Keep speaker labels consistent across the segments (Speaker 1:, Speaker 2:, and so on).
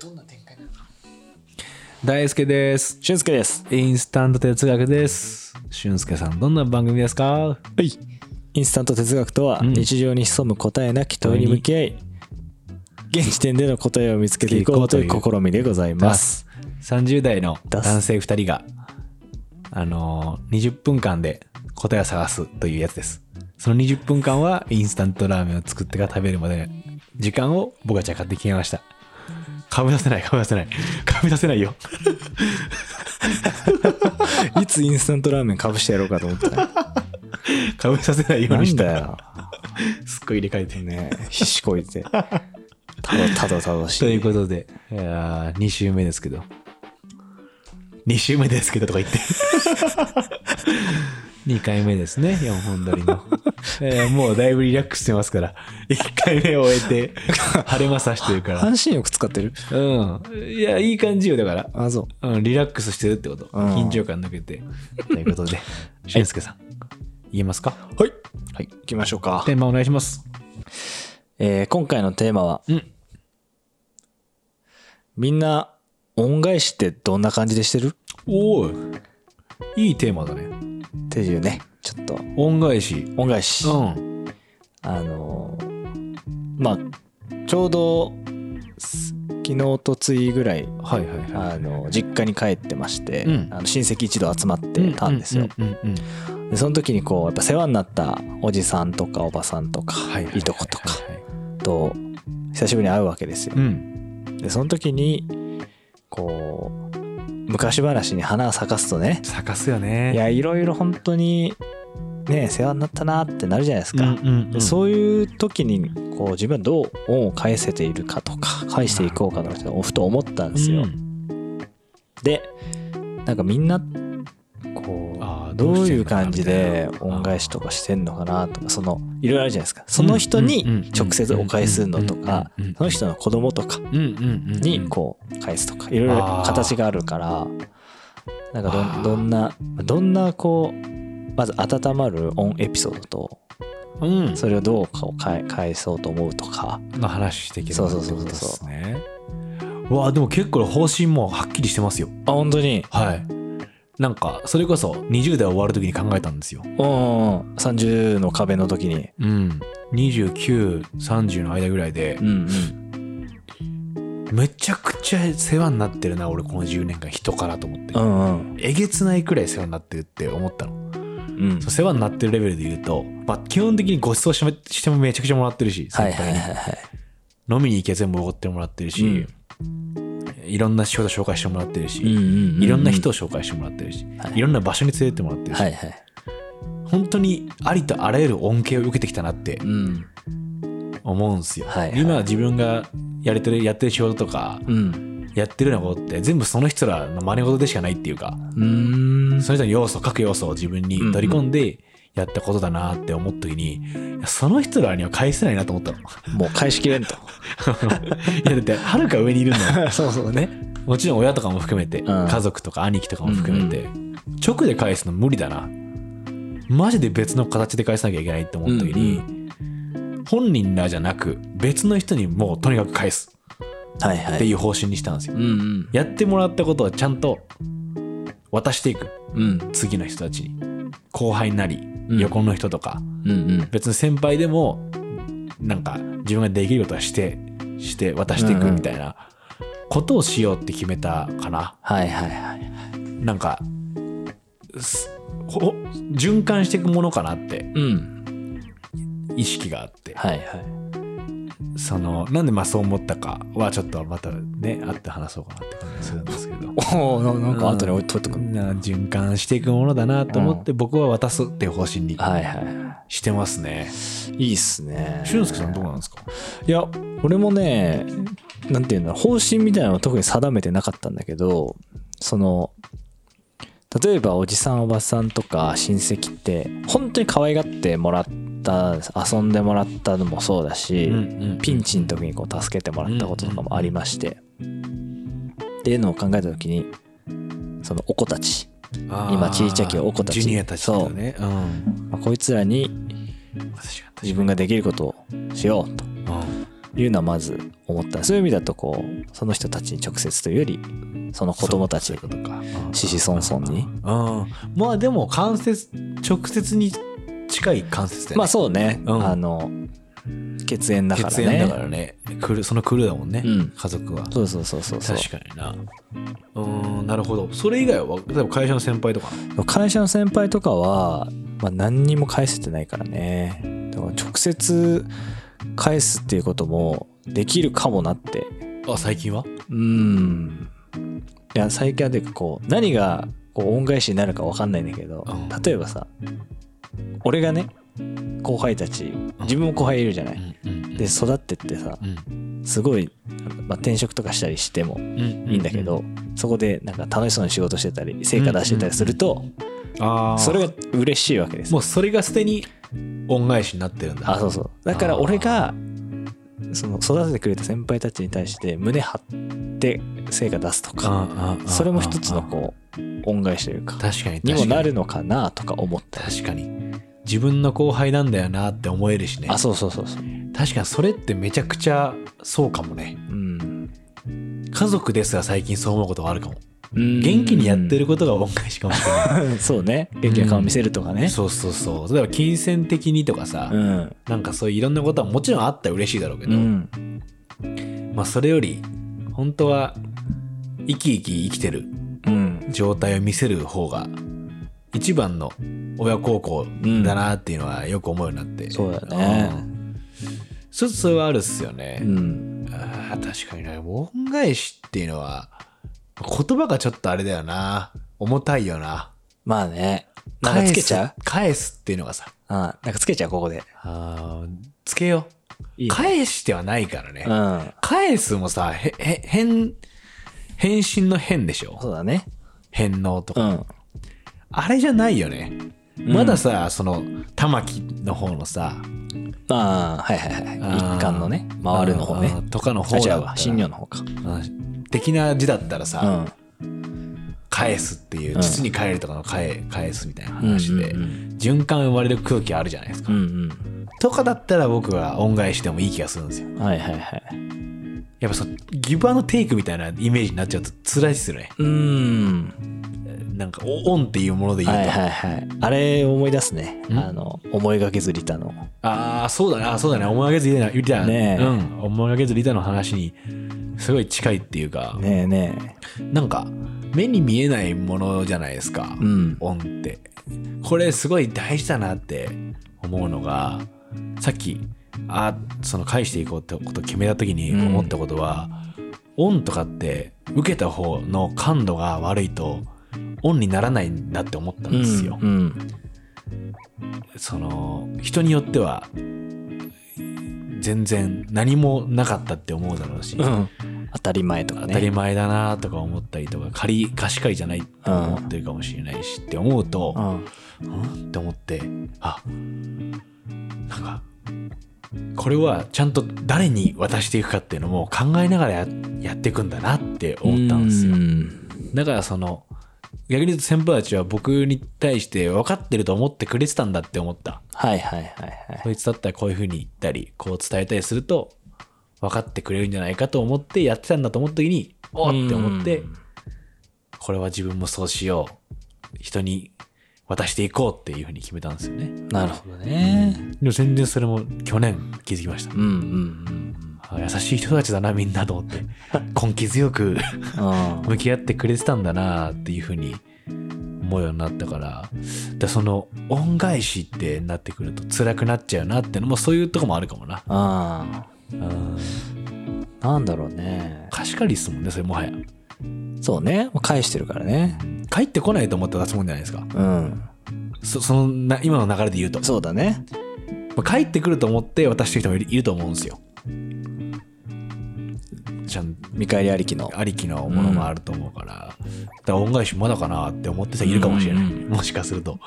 Speaker 1: どんな展開なのか
Speaker 2: 大輔です
Speaker 3: 俊介です。
Speaker 2: インスタント哲学です俊介さんどんな番組ですか
Speaker 3: はい。インスタント哲学とは、
Speaker 2: うん
Speaker 3: 日常に潜む答えなき問いに向き合い、現時点での答えを見つけていこうとい
Speaker 2: いこう
Speaker 3: う試みでございます。
Speaker 2: 30代の
Speaker 3: 出す
Speaker 2: 男性2人があのー20分間で答えを探すというやつですその20分間はインスタントラーメンを作ってから食べるまでの時間を僕たちは買ってきましたかぶさせないかぶさせないかぶさせないよ
Speaker 3: いつインスタントラーメンかぶしてやろうかと 思った。
Speaker 2: かぶさせないよう
Speaker 3: な
Speaker 2: にし
Speaker 3: ん
Speaker 2: た
Speaker 3: だよ。
Speaker 2: すっごい入れ替えてる
Speaker 3: ねえひしこいて。ただただただしい。
Speaker 2: ということで、いや2週目ですけど。2週目ですけどとか 言って。2回目ですね、4本撮りの。 えーもうだいぶリラックスしてますから、1回目を終えて、晴れ間さしてるから。
Speaker 3: 半身浴使ってる
Speaker 2: うん。いや、いい感じよ、だから。
Speaker 3: あ、そう。
Speaker 2: うん、リラックスしてるってこと。
Speaker 3: うん
Speaker 2: 緊張感抜けて。ということで、俊介さん、言えますか
Speaker 3: はい。
Speaker 2: はい。
Speaker 3: 行きましょうか。
Speaker 2: テーマお願いします。
Speaker 3: えー今回のテーマは、
Speaker 2: うん
Speaker 3: みんな恩返しってどんな感じでしてる
Speaker 2: おおいいテーマだね。
Speaker 3: っていうねちょっと
Speaker 2: 恩返し。
Speaker 3: 恩返し、
Speaker 2: うん。
Speaker 3: あのーまあちょうどす昨日とついぐらい
Speaker 2: はいはいはい。
Speaker 3: あのー実家に帰ってまして、
Speaker 2: うん
Speaker 3: あの親戚一同集まってたんですよ、
Speaker 2: うんうんうんうん
Speaker 3: でその時にこうやっぱ世話になったおじさんとかおばさんとか、
Speaker 2: はい
Speaker 3: い
Speaker 2: はい
Speaker 3: とことか
Speaker 2: はいはい
Speaker 3: と久しぶりに会うわけですよ、
Speaker 2: うん
Speaker 3: でその時にこう昔話に花を咲かすとね
Speaker 2: 咲かすよね
Speaker 3: いやいろいろ本当にね世話になったなってなるじゃないです
Speaker 2: うん
Speaker 3: か、
Speaker 2: うんうん、
Speaker 3: でそういう時にこう自分はどう恩を返せているかとか返していこうかとかふと思ったんですよ、
Speaker 2: うん
Speaker 3: でなんかみんなこ
Speaker 2: あー
Speaker 3: う
Speaker 2: ど
Speaker 3: ど
Speaker 2: う
Speaker 3: う
Speaker 2: して
Speaker 3: い
Speaker 2: んの
Speaker 3: う
Speaker 2: かな
Speaker 3: 感じで恩返しとかしてんのかなとかそのいろいろあるじゃないですかその人
Speaker 2: うんうんうん
Speaker 3: に
Speaker 2: うん
Speaker 3: 直接お返しするのとか
Speaker 2: うんうんうん
Speaker 3: その人の子供とか
Speaker 2: うんうんうんうん
Speaker 3: にこう返すとかいろいろ形があるからなん
Speaker 2: あ
Speaker 3: か
Speaker 2: ー
Speaker 3: どんどんなどんなこうまず温まるオンエピソードと
Speaker 2: うん
Speaker 3: それをどうかを返返そうと思うとか
Speaker 2: の話していける
Speaker 3: そうそうそうそう
Speaker 2: ってことですねわあでも結構方針もはっきりしてますよ
Speaker 3: あ本当に
Speaker 2: はいなんかそれこそ20代終わる時に考えたんですよ
Speaker 3: うんうん30の壁の時に
Speaker 2: うん2930の間ぐらいで
Speaker 3: うんうん
Speaker 2: めちゃくちゃ世話になってるな俺この10年間人からと思って
Speaker 3: うんうん
Speaker 2: えげつないくらい世話になってるって思ったの
Speaker 3: うん
Speaker 2: そう世話になってるレベルで言うと、まあ、基本的にご馳走しめしてもめちゃくちゃもらってるし、
Speaker 3: はい
Speaker 2: 先
Speaker 3: は
Speaker 2: 輩
Speaker 3: い
Speaker 2: に
Speaker 3: はいはい
Speaker 2: 飲みに行け全部おごってもらってるし、いろんな仕事紹介してもらってるし、
Speaker 3: うんうんうん
Speaker 2: いろんな人を紹介してもらってるし、
Speaker 3: はい
Speaker 2: い、ろんな場所に連れてってもらってるし、
Speaker 3: はいはい
Speaker 2: 本当にありとあらゆる恩恵を受けてきたなって
Speaker 3: うん
Speaker 2: 思うんですよ。
Speaker 3: はいはい
Speaker 2: 今自分がやれてるやってる仕事とか、
Speaker 3: うん
Speaker 2: やってるようなことって全部その人らの真似事でしかないっていうか、
Speaker 3: うーん
Speaker 2: その人の要素、各要素を自分に取り込んでやったことだなって思った時に、いやその人らには返せないなと 思ったの。
Speaker 3: もう返しきれんと
Speaker 2: いやだってはるか上にいるんだもん
Speaker 3: そうそうね
Speaker 2: もちろん親とかも含めて、
Speaker 3: ん
Speaker 2: 家族とか兄貴とかも含めて、直で返すの無理だなマジで別の形で返さなきゃいけないって思った時に、本人らじゃなく別の人にもうとにかく返す
Speaker 3: はいは
Speaker 2: って
Speaker 3: い
Speaker 2: いう方針にしたんですよ、
Speaker 3: うん
Speaker 2: やってもらったことはちゃんと渡していく
Speaker 3: うんうん
Speaker 2: 次の人たちに後輩なり
Speaker 3: うん
Speaker 2: 横の人とか、
Speaker 3: うんうん
Speaker 2: 別に先輩でもなんか自分ができることはしてして渡していくみたいなことをしようって決めたかな
Speaker 3: はいはいはい
Speaker 2: なんかすほ循環していくものかなって
Speaker 3: うん
Speaker 2: 意識があって
Speaker 3: はいはい
Speaker 2: そのなんでまあそう思ったかはちょっとまたね会って話そうかなって感じするんですけど
Speaker 3: おおなんか後に置いといとく
Speaker 2: うんな循環していくものだなと思って僕は渡すっていう方針に
Speaker 3: はいは
Speaker 2: してますね
Speaker 3: いいいっすね
Speaker 2: 俊介さんどうなんですか
Speaker 3: いや俺もねなんていうんだろう方針みたいなのは特に定めてなかったんだけどその例えばおじさんおばさんとか親戚って本当に可愛がってもらった遊んでもらったのもそうだし、ピンチの時にこう助けてもらったこととかもありまして、っていうのを考えた時にそのお子たち、
Speaker 2: 今
Speaker 3: ちいちゃきお子たち
Speaker 2: ジュニアたちだねうん
Speaker 3: まあこいつらに
Speaker 2: 確か
Speaker 3: 自分ができることをしようと
Speaker 2: にうん
Speaker 3: いうのはまず思ったそういう意味だとこうその人たちに直接というよりその子供たち
Speaker 2: そういうことか
Speaker 3: 子々孫々に
Speaker 2: うんまあでも間接直接に近い間接だよね
Speaker 3: まあそうね、
Speaker 2: うん
Speaker 3: あの血縁だからね
Speaker 2: 血縁だからね来るそのクルーだもんね、
Speaker 3: うん
Speaker 2: 家族は
Speaker 3: そうそうそうそうそう
Speaker 2: 確かになうーんなるほどそれ以外は例えば会社の先輩とか
Speaker 3: 会社の先輩とかは、まあ、何にも返せてないからねだから直接返すっていうこともできるかもなって
Speaker 2: あ最近は
Speaker 3: うんいや最近はというかこう何がこう恩返しになるか分かんないんだけど
Speaker 2: うん
Speaker 3: 例えばさ俺がね後輩たち自分も後輩いるじゃないで育ってってさ
Speaker 2: うん
Speaker 3: すごい、まあ、転職とかしたりしてもいいんだけど、そこでなんか楽しそうに仕事してたり成果出してたりすると、
Speaker 2: ああ
Speaker 3: それが嬉しいわけですよ
Speaker 2: もうそれがすでに恩返しになってるんだ
Speaker 3: あそうそうだから俺がその育ててくれた先輩たちに対して胸張って成果出すとか
Speaker 2: あああ
Speaker 3: それも一つの
Speaker 2: あ
Speaker 3: こう恩返しというか
Speaker 2: 確かに確
Speaker 3: に
Speaker 2: かに
Speaker 3: もなるのかなとか思った
Speaker 2: 確かに自分の後輩なんだよなって思えるしね
Speaker 3: あそうそうそうそう
Speaker 2: 確かにそれってめちゃくちゃそうかもね
Speaker 3: うん
Speaker 2: 家族ですら最近そう思うことがあるかも元
Speaker 3: 元
Speaker 2: 気にやってることが恩返しかもしれない、
Speaker 3: そうね元気な顔見せるとか ね
Speaker 2: そうそうそう例えば金銭的にとかさ、
Speaker 3: うん
Speaker 2: なんかそういういろんなことはもちろんあったら嬉しいだろうけ
Speaker 3: う
Speaker 2: ど、
Speaker 3: ん
Speaker 2: まあそれより本当は生き生き生きてる
Speaker 3: うん
Speaker 2: 状態を見せる方が一番の親孝行だなっていうのはよく思うようになって、
Speaker 3: そうだね
Speaker 2: うんそ それはあるっすよね、
Speaker 3: うん
Speaker 2: あー確かにね恩返しっていうのは言葉がちょっとあれだよな重たいよな
Speaker 3: まあねなんかつけちゃう
Speaker 2: 返す返すっていうのがさ
Speaker 3: あなんかつけちゃうここで
Speaker 2: あーつけよ
Speaker 3: いいうね
Speaker 2: 返してはないからね、
Speaker 3: うん
Speaker 2: 返すもさへへ変返信の変でしょ
Speaker 3: そうだね
Speaker 2: 返納とか、
Speaker 3: うん
Speaker 2: あれじゃないよね
Speaker 3: ん
Speaker 2: まださ、その玉木の方のさ
Speaker 3: まあはいはいはい
Speaker 2: あー
Speaker 3: 一貫のね回るの方ね
Speaker 2: あーとかの方
Speaker 3: あ
Speaker 2: だっ
Speaker 3: じ
Speaker 2: た
Speaker 3: ゃ
Speaker 2: ら
Speaker 3: あ新尿の方か
Speaker 2: うん的な字だったらさ、
Speaker 3: うん
Speaker 2: 返すっていう
Speaker 3: うん
Speaker 2: 実に返るとかの返返すみたいな話で、
Speaker 3: うんうん
Speaker 2: 循環生まれる空気あるじゃないですか、
Speaker 3: うん
Speaker 2: とかだったら僕は恩返しでもいい気がするんですよ
Speaker 3: うんはいはいはい
Speaker 2: やっぱそギブアンドテイクみたいなイメージになっちゃうと辛いっすよね
Speaker 3: うん
Speaker 2: なんかお恩っていうもので言う
Speaker 3: は
Speaker 2: と、
Speaker 3: いはいはいあれ思い出すね
Speaker 2: ん
Speaker 3: あの思いがけずリタの
Speaker 2: ああそうだねあーそうだね思いがけずリタのリタ
Speaker 3: ねえ
Speaker 2: うん思いがけずリタの話にすごい近いっていうか、
Speaker 3: ねえね
Speaker 2: なんか目に見えないものじゃないですか、
Speaker 3: えうん
Speaker 2: 恩ってこれすごい大事だなって思うのがさっきあその返していこうってことを決めた時に思ったことは、恩とかって受けた方の感度が悪いと恩にならないんだって思ったんですよ、
Speaker 3: うん
Speaker 2: その人によっては全然何もなかったって思うだろうし、
Speaker 3: うん当たり前とか
Speaker 2: 当
Speaker 3: ね
Speaker 2: たり前だなとか思ったりとか仮貸し借りじゃないって思ってるかもしれないしって思うと、
Speaker 3: うん
Speaker 2: うんって思ってあなんかこれはちゃんと誰に渡していくかっていうのも考えながらややっていくんだなって思ったんですよ
Speaker 3: うん
Speaker 2: だからその逆に言うと先輩たちは僕に対して分かってると思ってくれてたんだって思った
Speaker 3: はいはいはいはい
Speaker 2: こいつだったらこういうふうに言ったりこう伝えたりすると分かってくれるんじゃないかと思ってやってたんだと思った時におっって思って
Speaker 3: うん
Speaker 2: これは自分もそうしよう人に渡していこうっていうふうに決めたんですよね
Speaker 3: なるほどね
Speaker 2: でも全然それも去年気づきました
Speaker 3: うんうん
Speaker 2: あ優しい人たちだなみんなと思って 根気強く
Speaker 3: うんうん
Speaker 2: 向き合ってくれてたんだなっていうふうに思うようになったからでその恩返しってなってくると辛くなっちゃうなってのもそういうとこもあるかもな
Speaker 3: あ
Speaker 2: うん
Speaker 3: ーなんだろうね
Speaker 2: 貸し借りっすもんねそれもはや
Speaker 3: そうねもう返してるからね
Speaker 2: 帰ってこないと思ったら出すもんじゃないですか
Speaker 3: うん
Speaker 2: そそのな今の流れで言うと
Speaker 3: そうだね
Speaker 2: まあ帰ってくると思って渡してる人もいるいると思うんですよちゃん
Speaker 3: 見返りありきの
Speaker 2: ありきのものもあると思うから、だから恩返しまだかなって思ってさいるかもしれない、
Speaker 3: うんうん
Speaker 2: もしかすると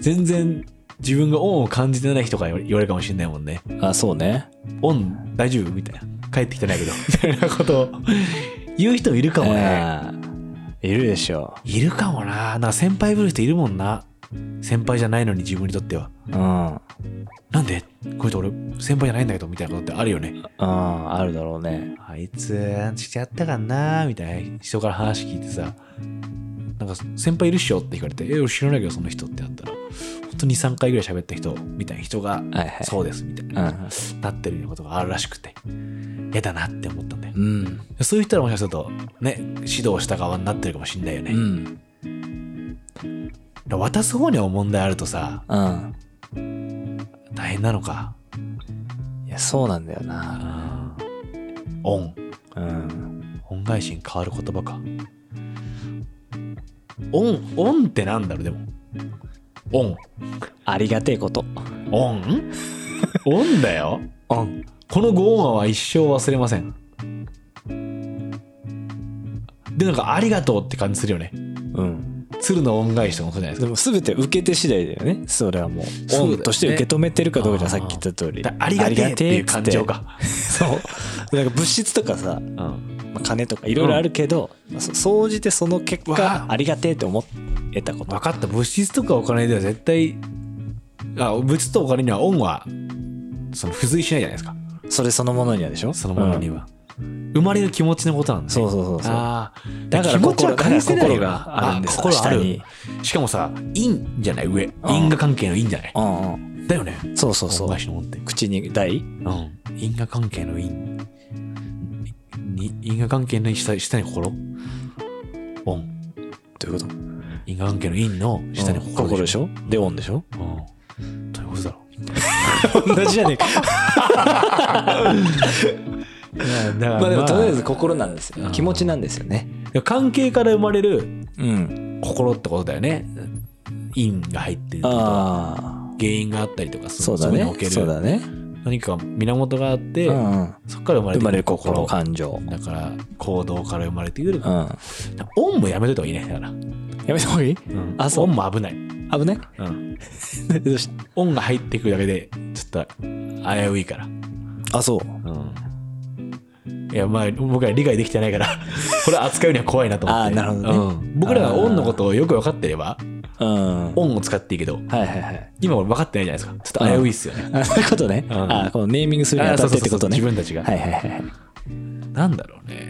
Speaker 2: 全然自分が恩を感じてない人から言わ言われるかもしれないもんね
Speaker 3: あそうね
Speaker 2: 恩大丈夫みたいな帰ってきてないけど みたいなことを言う人いるかもね、
Speaker 3: えーいるでしょ
Speaker 2: いるかもななんか先輩ぶる人いるもんな先輩じゃないのに自分にとっては
Speaker 3: ううん
Speaker 2: なんでこういうと俺先輩じゃないんだけどみたいなことってあるよね
Speaker 3: あああるだろうね
Speaker 2: あいつあんちしてやったかなみたいな人から話聞いてさなんか先輩いるっしょって聞かれて「え俺知らないけどその人」ってなったらほんと23回ぐらい喋った人みたいな人が
Speaker 3: はいは
Speaker 2: 「
Speaker 3: い
Speaker 2: そうです」みたいな、なってるようなことがあるらしくて嫌だなって思ったんだよ
Speaker 3: うん
Speaker 2: そういう人らもしかするとね指導した側になってるかもしんないよね、
Speaker 3: うんうん
Speaker 2: だから渡す方には問題あるとさ
Speaker 3: うん
Speaker 2: 大変なのか
Speaker 3: いやそうなんだよな
Speaker 2: 恩
Speaker 3: うん
Speaker 2: 恩返しに変わる言葉か恩恩ってなんだろうでも恩
Speaker 3: ありがてえこと
Speaker 2: 恩恩だよ
Speaker 3: うん
Speaker 2: このご恩は一生忘れませんでなんかありがとうって感じするよね
Speaker 3: うん
Speaker 2: 鶴の恩返しとかもそうじゃないですか
Speaker 3: でも全て受け手次第だよねそれはもう
Speaker 2: そうだよね
Speaker 3: 恩として受け止めてるかどうかじゃんさっき言った通り
Speaker 2: だありがてえっていう感情
Speaker 3: あ
Speaker 2: か。
Speaker 3: りがてえっつってそうなんか物質とかさ、
Speaker 2: う
Speaker 3: まあ、金とかいろいろあるけど、まあそ総じてその結
Speaker 2: うわ
Speaker 3: 果ありがてえって思えたこと
Speaker 2: 分かった物質とかお金では絶対あ物質とお金には恩はその付随しないじゃないですか
Speaker 3: それそのものにはでしょ
Speaker 2: そのものに、は、生まれる気持ちのことなんで、ね、
Speaker 3: そうそうそうそう
Speaker 2: あー
Speaker 3: だ
Speaker 2: だ
Speaker 3: か
Speaker 2: からら気持ちは
Speaker 3: 心
Speaker 2: 返せないよ
Speaker 3: だから心があるんです
Speaker 2: あ心あ
Speaker 3: 下
Speaker 2: る
Speaker 3: に
Speaker 2: しかもさ「因」じゃない上因果関係の因じゃない
Speaker 3: うん、うんうん、
Speaker 2: だよね
Speaker 3: そうそうそう
Speaker 2: 恩返しの恩って
Speaker 3: 口に大
Speaker 2: うん因果関係の因に因果関係の下下に心恩
Speaker 3: どういうこと
Speaker 2: 因果関係の因の下に
Speaker 3: うん
Speaker 2: 心
Speaker 3: 心でしょで音でしょ
Speaker 2: うん。どういうことだろ
Speaker 3: 同じじゃねえか
Speaker 2: う。だから
Speaker 3: まあでもとりあえず心なんです
Speaker 2: う
Speaker 3: よ
Speaker 2: ん
Speaker 3: 気持ちなんですよね
Speaker 2: 関係から生まれる
Speaker 3: うん
Speaker 2: 心ってことだよね。因が入ってるとか、
Speaker 3: ああ
Speaker 2: 原因があったりとか、
Speaker 3: そうだ
Speaker 2: いの
Speaker 3: ね
Speaker 2: における
Speaker 3: そうだね
Speaker 2: 何か源があって、
Speaker 3: うんうん
Speaker 2: そこから生ま
Speaker 3: 生
Speaker 2: れて
Speaker 3: まれ
Speaker 2: くる
Speaker 3: る心
Speaker 2: 心。
Speaker 3: 感情
Speaker 2: だから、行動から生まれてくる。
Speaker 3: うん
Speaker 2: 恩もやめといた方がいいね。だから。
Speaker 3: やめた方がいいあそう
Speaker 2: 恩も危ない。
Speaker 3: 危ない
Speaker 2: うん。
Speaker 3: どうした
Speaker 2: 恩が入ってくるだけで、ちょっと危ういから。
Speaker 3: あそう
Speaker 2: うんいやまあ僕は理解できてないから これ扱うには怖いなと思
Speaker 3: あ
Speaker 2: って
Speaker 3: ーなるほどね
Speaker 2: うん僕らがオンのことをよく分かってれば
Speaker 3: うん
Speaker 2: オンを使っていいけど
Speaker 3: はいはいはい
Speaker 2: 今俺分かってないじゃないですかちょっと危ういっすよね
Speaker 3: あそういうことね
Speaker 2: うん
Speaker 3: あこのネーミングするに
Speaker 2: あ
Speaker 3: あ
Speaker 2: ーそ
Speaker 3: た
Speaker 2: う
Speaker 3: っ
Speaker 2: そ
Speaker 3: てっ
Speaker 2: う
Speaker 3: て
Speaker 2: そ
Speaker 3: こ
Speaker 2: う
Speaker 3: とね
Speaker 2: 自分たちが
Speaker 3: はいはいはいはい
Speaker 2: なんだろうね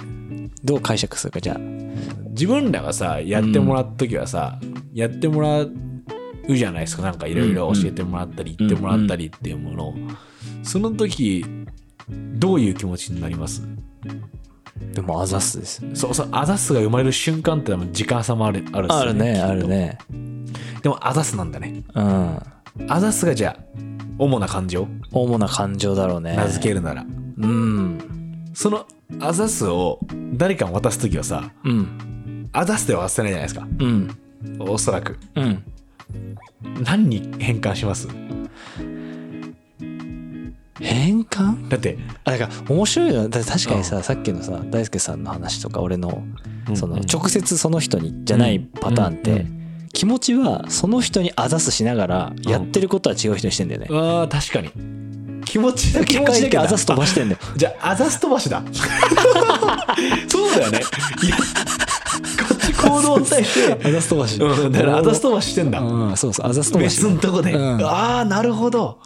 Speaker 3: どう解釈するかじゃあ
Speaker 2: 自分らがさやってもらう時はさやってもらうじゃないですかなんかいろいろ教えてもらったり
Speaker 3: うん
Speaker 2: 言ってもらったりっていうものをその時どういう気持ちになります
Speaker 3: でもあざすです
Speaker 2: そうそうアザスが生まれる瞬間って多分時間差もあるあるっすよ
Speaker 3: あるねあるね
Speaker 2: でもアザスなんだね
Speaker 3: うん
Speaker 2: アザスがじゃあ主な感情
Speaker 3: 主な感情だろうね
Speaker 2: 名付けるなら、
Speaker 3: うん
Speaker 2: そのアザスを誰かに渡す時はさ
Speaker 3: うん
Speaker 2: アザスでは渡せないじゃないです
Speaker 3: うん
Speaker 2: かおそらく
Speaker 3: うん
Speaker 2: 何に変換します
Speaker 3: 変換
Speaker 2: だって
Speaker 3: あだから面白いのはだ確かにさ、さっきのさ大輔さんの話とか俺のその直接その人にじゃないパターンっ
Speaker 2: うんう
Speaker 3: て気持ちはその人にあざすしながらやってることは違う人にしてんだよね。
Speaker 2: あー確かに気持ちだけ
Speaker 3: 気持ちだけあざす飛
Speaker 2: ば
Speaker 3: ばしてんだよ。
Speaker 2: じゃあアザス飛ば しだそうだよねいやこっち行動に対して
Speaker 3: あざす飛ばし。
Speaker 2: うんだからアザス飛ばししてんだ
Speaker 3: うん、そうそう、あざす飛ばし。
Speaker 2: 別のとこで、
Speaker 3: うん
Speaker 2: ああなるほど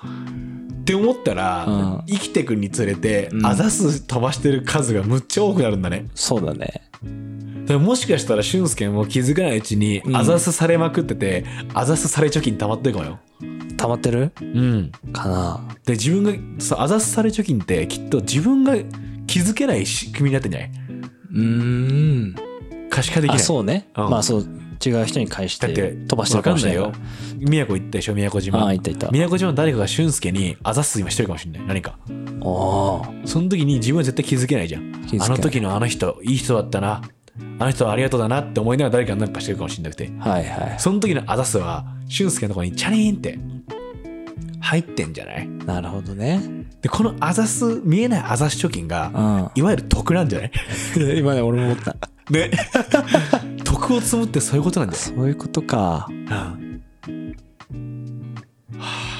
Speaker 2: って思ったら、
Speaker 3: うん
Speaker 2: 生きてくにつれて、
Speaker 3: うん
Speaker 2: あざす飛ばしてる数がむっちゃ多くなるんだね
Speaker 3: そうだね。
Speaker 2: だからもしかしたら俊介も気づかないうちに、
Speaker 3: うん
Speaker 2: あざすされまくっててあざすされ貯金溜まってるかもよ
Speaker 3: 溜まってる
Speaker 2: うん
Speaker 3: かな。
Speaker 2: で自分がそうあざすされ貯金ってきっと自分が気づけない仕組みになってんじゃないう
Speaker 3: ーん。
Speaker 2: 可視化できな
Speaker 3: あ、
Speaker 2: い
Speaker 3: そうね。
Speaker 2: うん
Speaker 3: まあそう、違う人に返し
Speaker 2: だってて
Speaker 3: 飛ばしてるかもしれない
Speaker 2: わ
Speaker 3: よ
Speaker 2: か。んないよ宮古行ったでしょ宮古
Speaker 3: あ
Speaker 2: 島
Speaker 3: あ、いたいた。
Speaker 2: 宮古島の誰かが俊介にあざす今してるかもしれない何か
Speaker 3: おー
Speaker 2: その時に自分は絶対気づけないじゃん
Speaker 3: 気づけない
Speaker 2: あの時のあの人いい人だったなあの人はありがとうだなって思いながら誰かに何かしてるかもしれなくて
Speaker 3: はいはい。
Speaker 2: その時のあざすは俊介のところにチャリーンって入ってんじゃない
Speaker 3: なるほどね。
Speaker 2: でこのあざす見えないあざす貯金
Speaker 3: う
Speaker 2: が
Speaker 3: ん。
Speaker 2: いわゆる得なんじゃない
Speaker 3: 今ね、俺も思った。
Speaker 2: ね 得を積むってそういうことなんじ
Speaker 3: そういうことか。
Speaker 2: ゃない、うん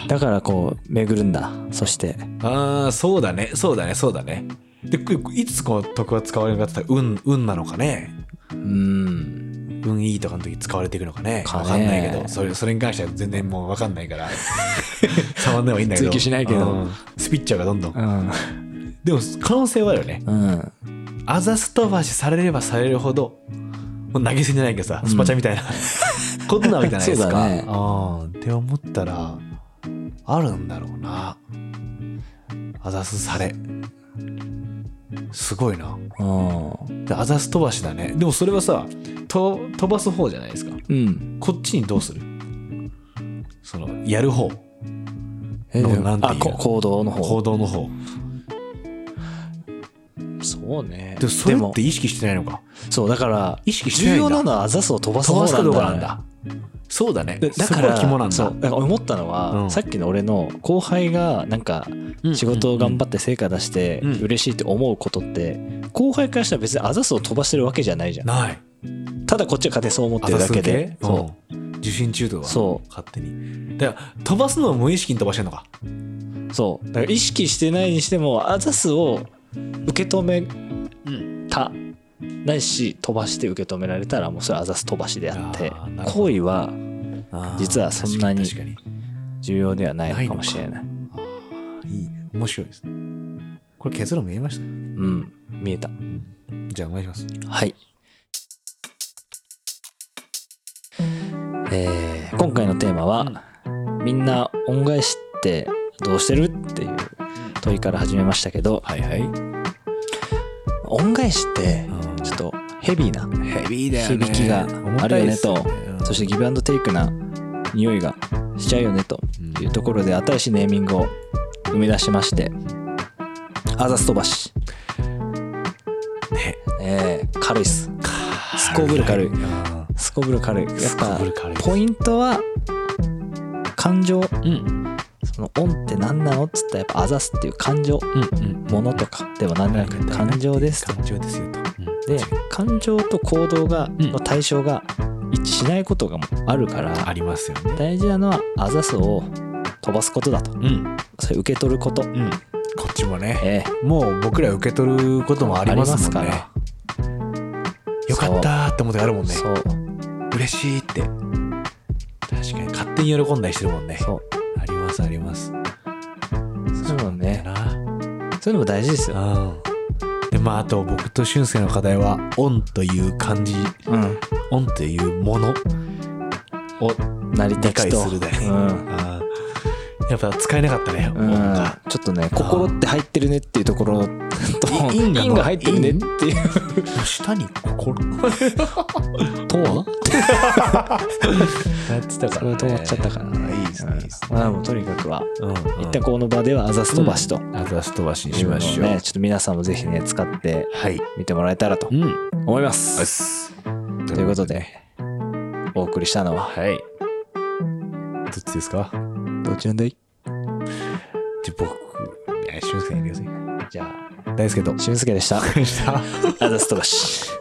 Speaker 3: だからこう、巡るんだ。そして。
Speaker 2: ああそうだねそうだねそうだねでくいつこの得は使われるかって言ったら運運なのかね
Speaker 3: うん。
Speaker 2: 運いいとかの時使われていくのかね
Speaker 3: かね
Speaker 2: わかんないけどそれそれに関しては全然もうわかんな いから触んないはいいんだけど
Speaker 3: 追求しないけど
Speaker 2: うんスピッチャーがどんどん
Speaker 3: うん
Speaker 2: でも可能性はあるよね
Speaker 3: うん
Speaker 2: あざす飛ばしされればされるほどもう投げ銭じゃないけどさ
Speaker 3: うん
Speaker 2: スパチャ みたいな、ことなわけじゃないです
Speaker 3: そうだ
Speaker 2: か、
Speaker 3: ね
Speaker 2: うんって思ったらあるんだろうなあざすされすごいな
Speaker 3: うん
Speaker 2: であざす飛ばしだねでもそれはさと飛ばす方じゃないですか
Speaker 3: うん
Speaker 2: こっちにどうするそのやる方
Speaker 3: え
Speaker 2: なんなんていう
Speaker 3: あこ行動の
Speaker 2: 行
Speaker 3: 方
Speaker 2: 動の方
Speaker 3: そうね
Speaker 2: でもそれって意識してないのか
Speaker 3: そうだから
Speaker 2: 意識してな
Speaker 3: 重
Speaker 2: いんだ
Speaker 3: 要なのはあざすを飛ばす
Speaker 2: 飛ばすかどう
Speaker 3: 方
Speaker 2: か
Speaker 3: な
Speaker 2: なんん
Speaker 3: だ
Speaker 2: だそうだね
Speaker 3: でだから
Speaker 2: そこは肝なんだ
Speaker 3: そうだから思ったのは、
Speaker 2: うん
Speaker 3: さっきの俺の後輩がなんか仕事を頑張って成果出して
Speaker 2: うん
Speaker 3: 嬉しいって思うことって後輩からしたら別にあざすを飛ばしてるわけじゃないじゃん
Speaker 2: ない
Speaker 3: ただこっちは勝手にそう思ってるだけで
Speaker 2: あざす
Speaker 3: そ
Speaker 2: 系うん受信中毒は
Speaker 3: そう
Speaker 2: 勝手にだから飛ばすのは無意識に飛ばしてんのか
Speaker 3: うそうだから意識してないにしてもあざすを受け止め
Speaker 2: うん
Speaker 3: たないし飛ばして受け止められたらもうそれはあざす飛ばしであって
Speaker 2: あーなるほど
Speaker 3: 行為は実はそんなに
Speaker 2: 確かに確か
Speaker 3: 重要ではないのかもしれない
Speaker 2: にいい面白いですこれ結論見えました
Speaker 3: うん見えた
Speaker 2: じゃあお願いします
Speaker 3: はい。えー今回のテーマは、みんな恩返しってどうしてるっていう問いから始めましたけど、
Speaker 2: はいはい
Speaker 3: 恩返しってちょっとヘビーな
Speaker 2: ヘビーだよね
Speaker 3: 響きがあるよねと、
Speaker 2: 重たいっすねうん
Speaker 3: そしてギブアンドテイクな匂いがしちゃうよねと
Speaker 2: うん
Speaker 3: いうところで新しいネーミングを生み出しまして、アザス飛ばし。
Speaker 2: ね
Speaker 3: えー軽いっす。すこぶる軽い。すこぶる軽い。やっ
Speaker 2: すこ
Speaker 3: ぱ
Speaker 2: ぶる軽いです
Speaker 3: ポイントは感情
Speaker 2: うん
Speaker 3: その「オン」って何なのっつったらやっぱ「あざす」っていう感情
Speaker 2: うんうん
Speaker 3: ものとかでは何でもなくて感情ですと
Speaker 2: 感情ですよとうん
Speaker 3: で感情と行動が
Speaker 2: うん
Speaker 3: の対象が一致しないことがもうあるから
Speaker 2: ありますよね
Speaker 3: 大事なのは「あざす」を飛ばすことだと
Speaker 2: うん
Speaker 3: それ受け取ること
Speaker 2: うんこっちもね
Speaker 3: ええ
Speaker 2: もう僕ら受け取ることもありますもん
Speaker 3: あり
Speaker 2: ね
Speaker 3: ま。
Speaker 2: よかったーって思ってあるもんね。
Speaker 3: そう
Speaker 2: 嬉しいって。確かに勝手に喜んだりしてるもんね。
Speaker 3: そう
Speaker 2: ありますあります。
Speaker 3: そういうのも
Speaker 2: だ
Speaker 3: ね
Speaker 2: な。
Speaker 3: そういうのも大事ですよ
Speaker 2: うん。でまああと僕と俊介の課題は「オン」という漢字
Speaker 3: うん
Speaker 2: 「オン」というもの
Speaker 3: を成り
Speaker 2: 理
Speaker 3: 立ち
Speaker 2: 解
Speaker 3: と
Speaker 2: するだよね。
Speaker 3: うん
Speaker 2: あーやっぱ使えなかったね。
Speaker 3: う
Speaker 2: オン
Speaker 3: ん
Speaker 2: が
Speaker 3: ちょっとね心って入ってるねっていうところと
Speaker 2: いいんだ
Speaker 3: 陰が入ってるねっていう
Speaker 2: 下に心
Speaker 3: とは
Speaker 2: やってた
Speaker 3: それは止まっちゃったからね
Speaker 2: いいですね。いいですね
Speaker 3: まあもうとにかくは
Speaker 2: うんうん
Speaker 3: 一旦この場ではあざす飛ばしと、
Speaker 2: あざす飛ばしにしましょう。
Speaker 3: ねちょっと皆さんもぜひね使って
Speaker 2: はい。
Speaker 3: みてもらえたらと
Speaker 2: うん。
Speaker 3: 思います、
Speaker 2: す。
Speaker 3: ということでお送りしたのは
Speaker 2: はい。どっちですか
Speaker 3: どっちなんだい
Speaker 2: じゃあ僕、いや俊介に入れようぜ
Speaker 3: じゃあ
Speaker 2: 大輔と。
Speaker 3: 俊介でした
Speaker 2: でした。
Speaker 3: あざす飛ばし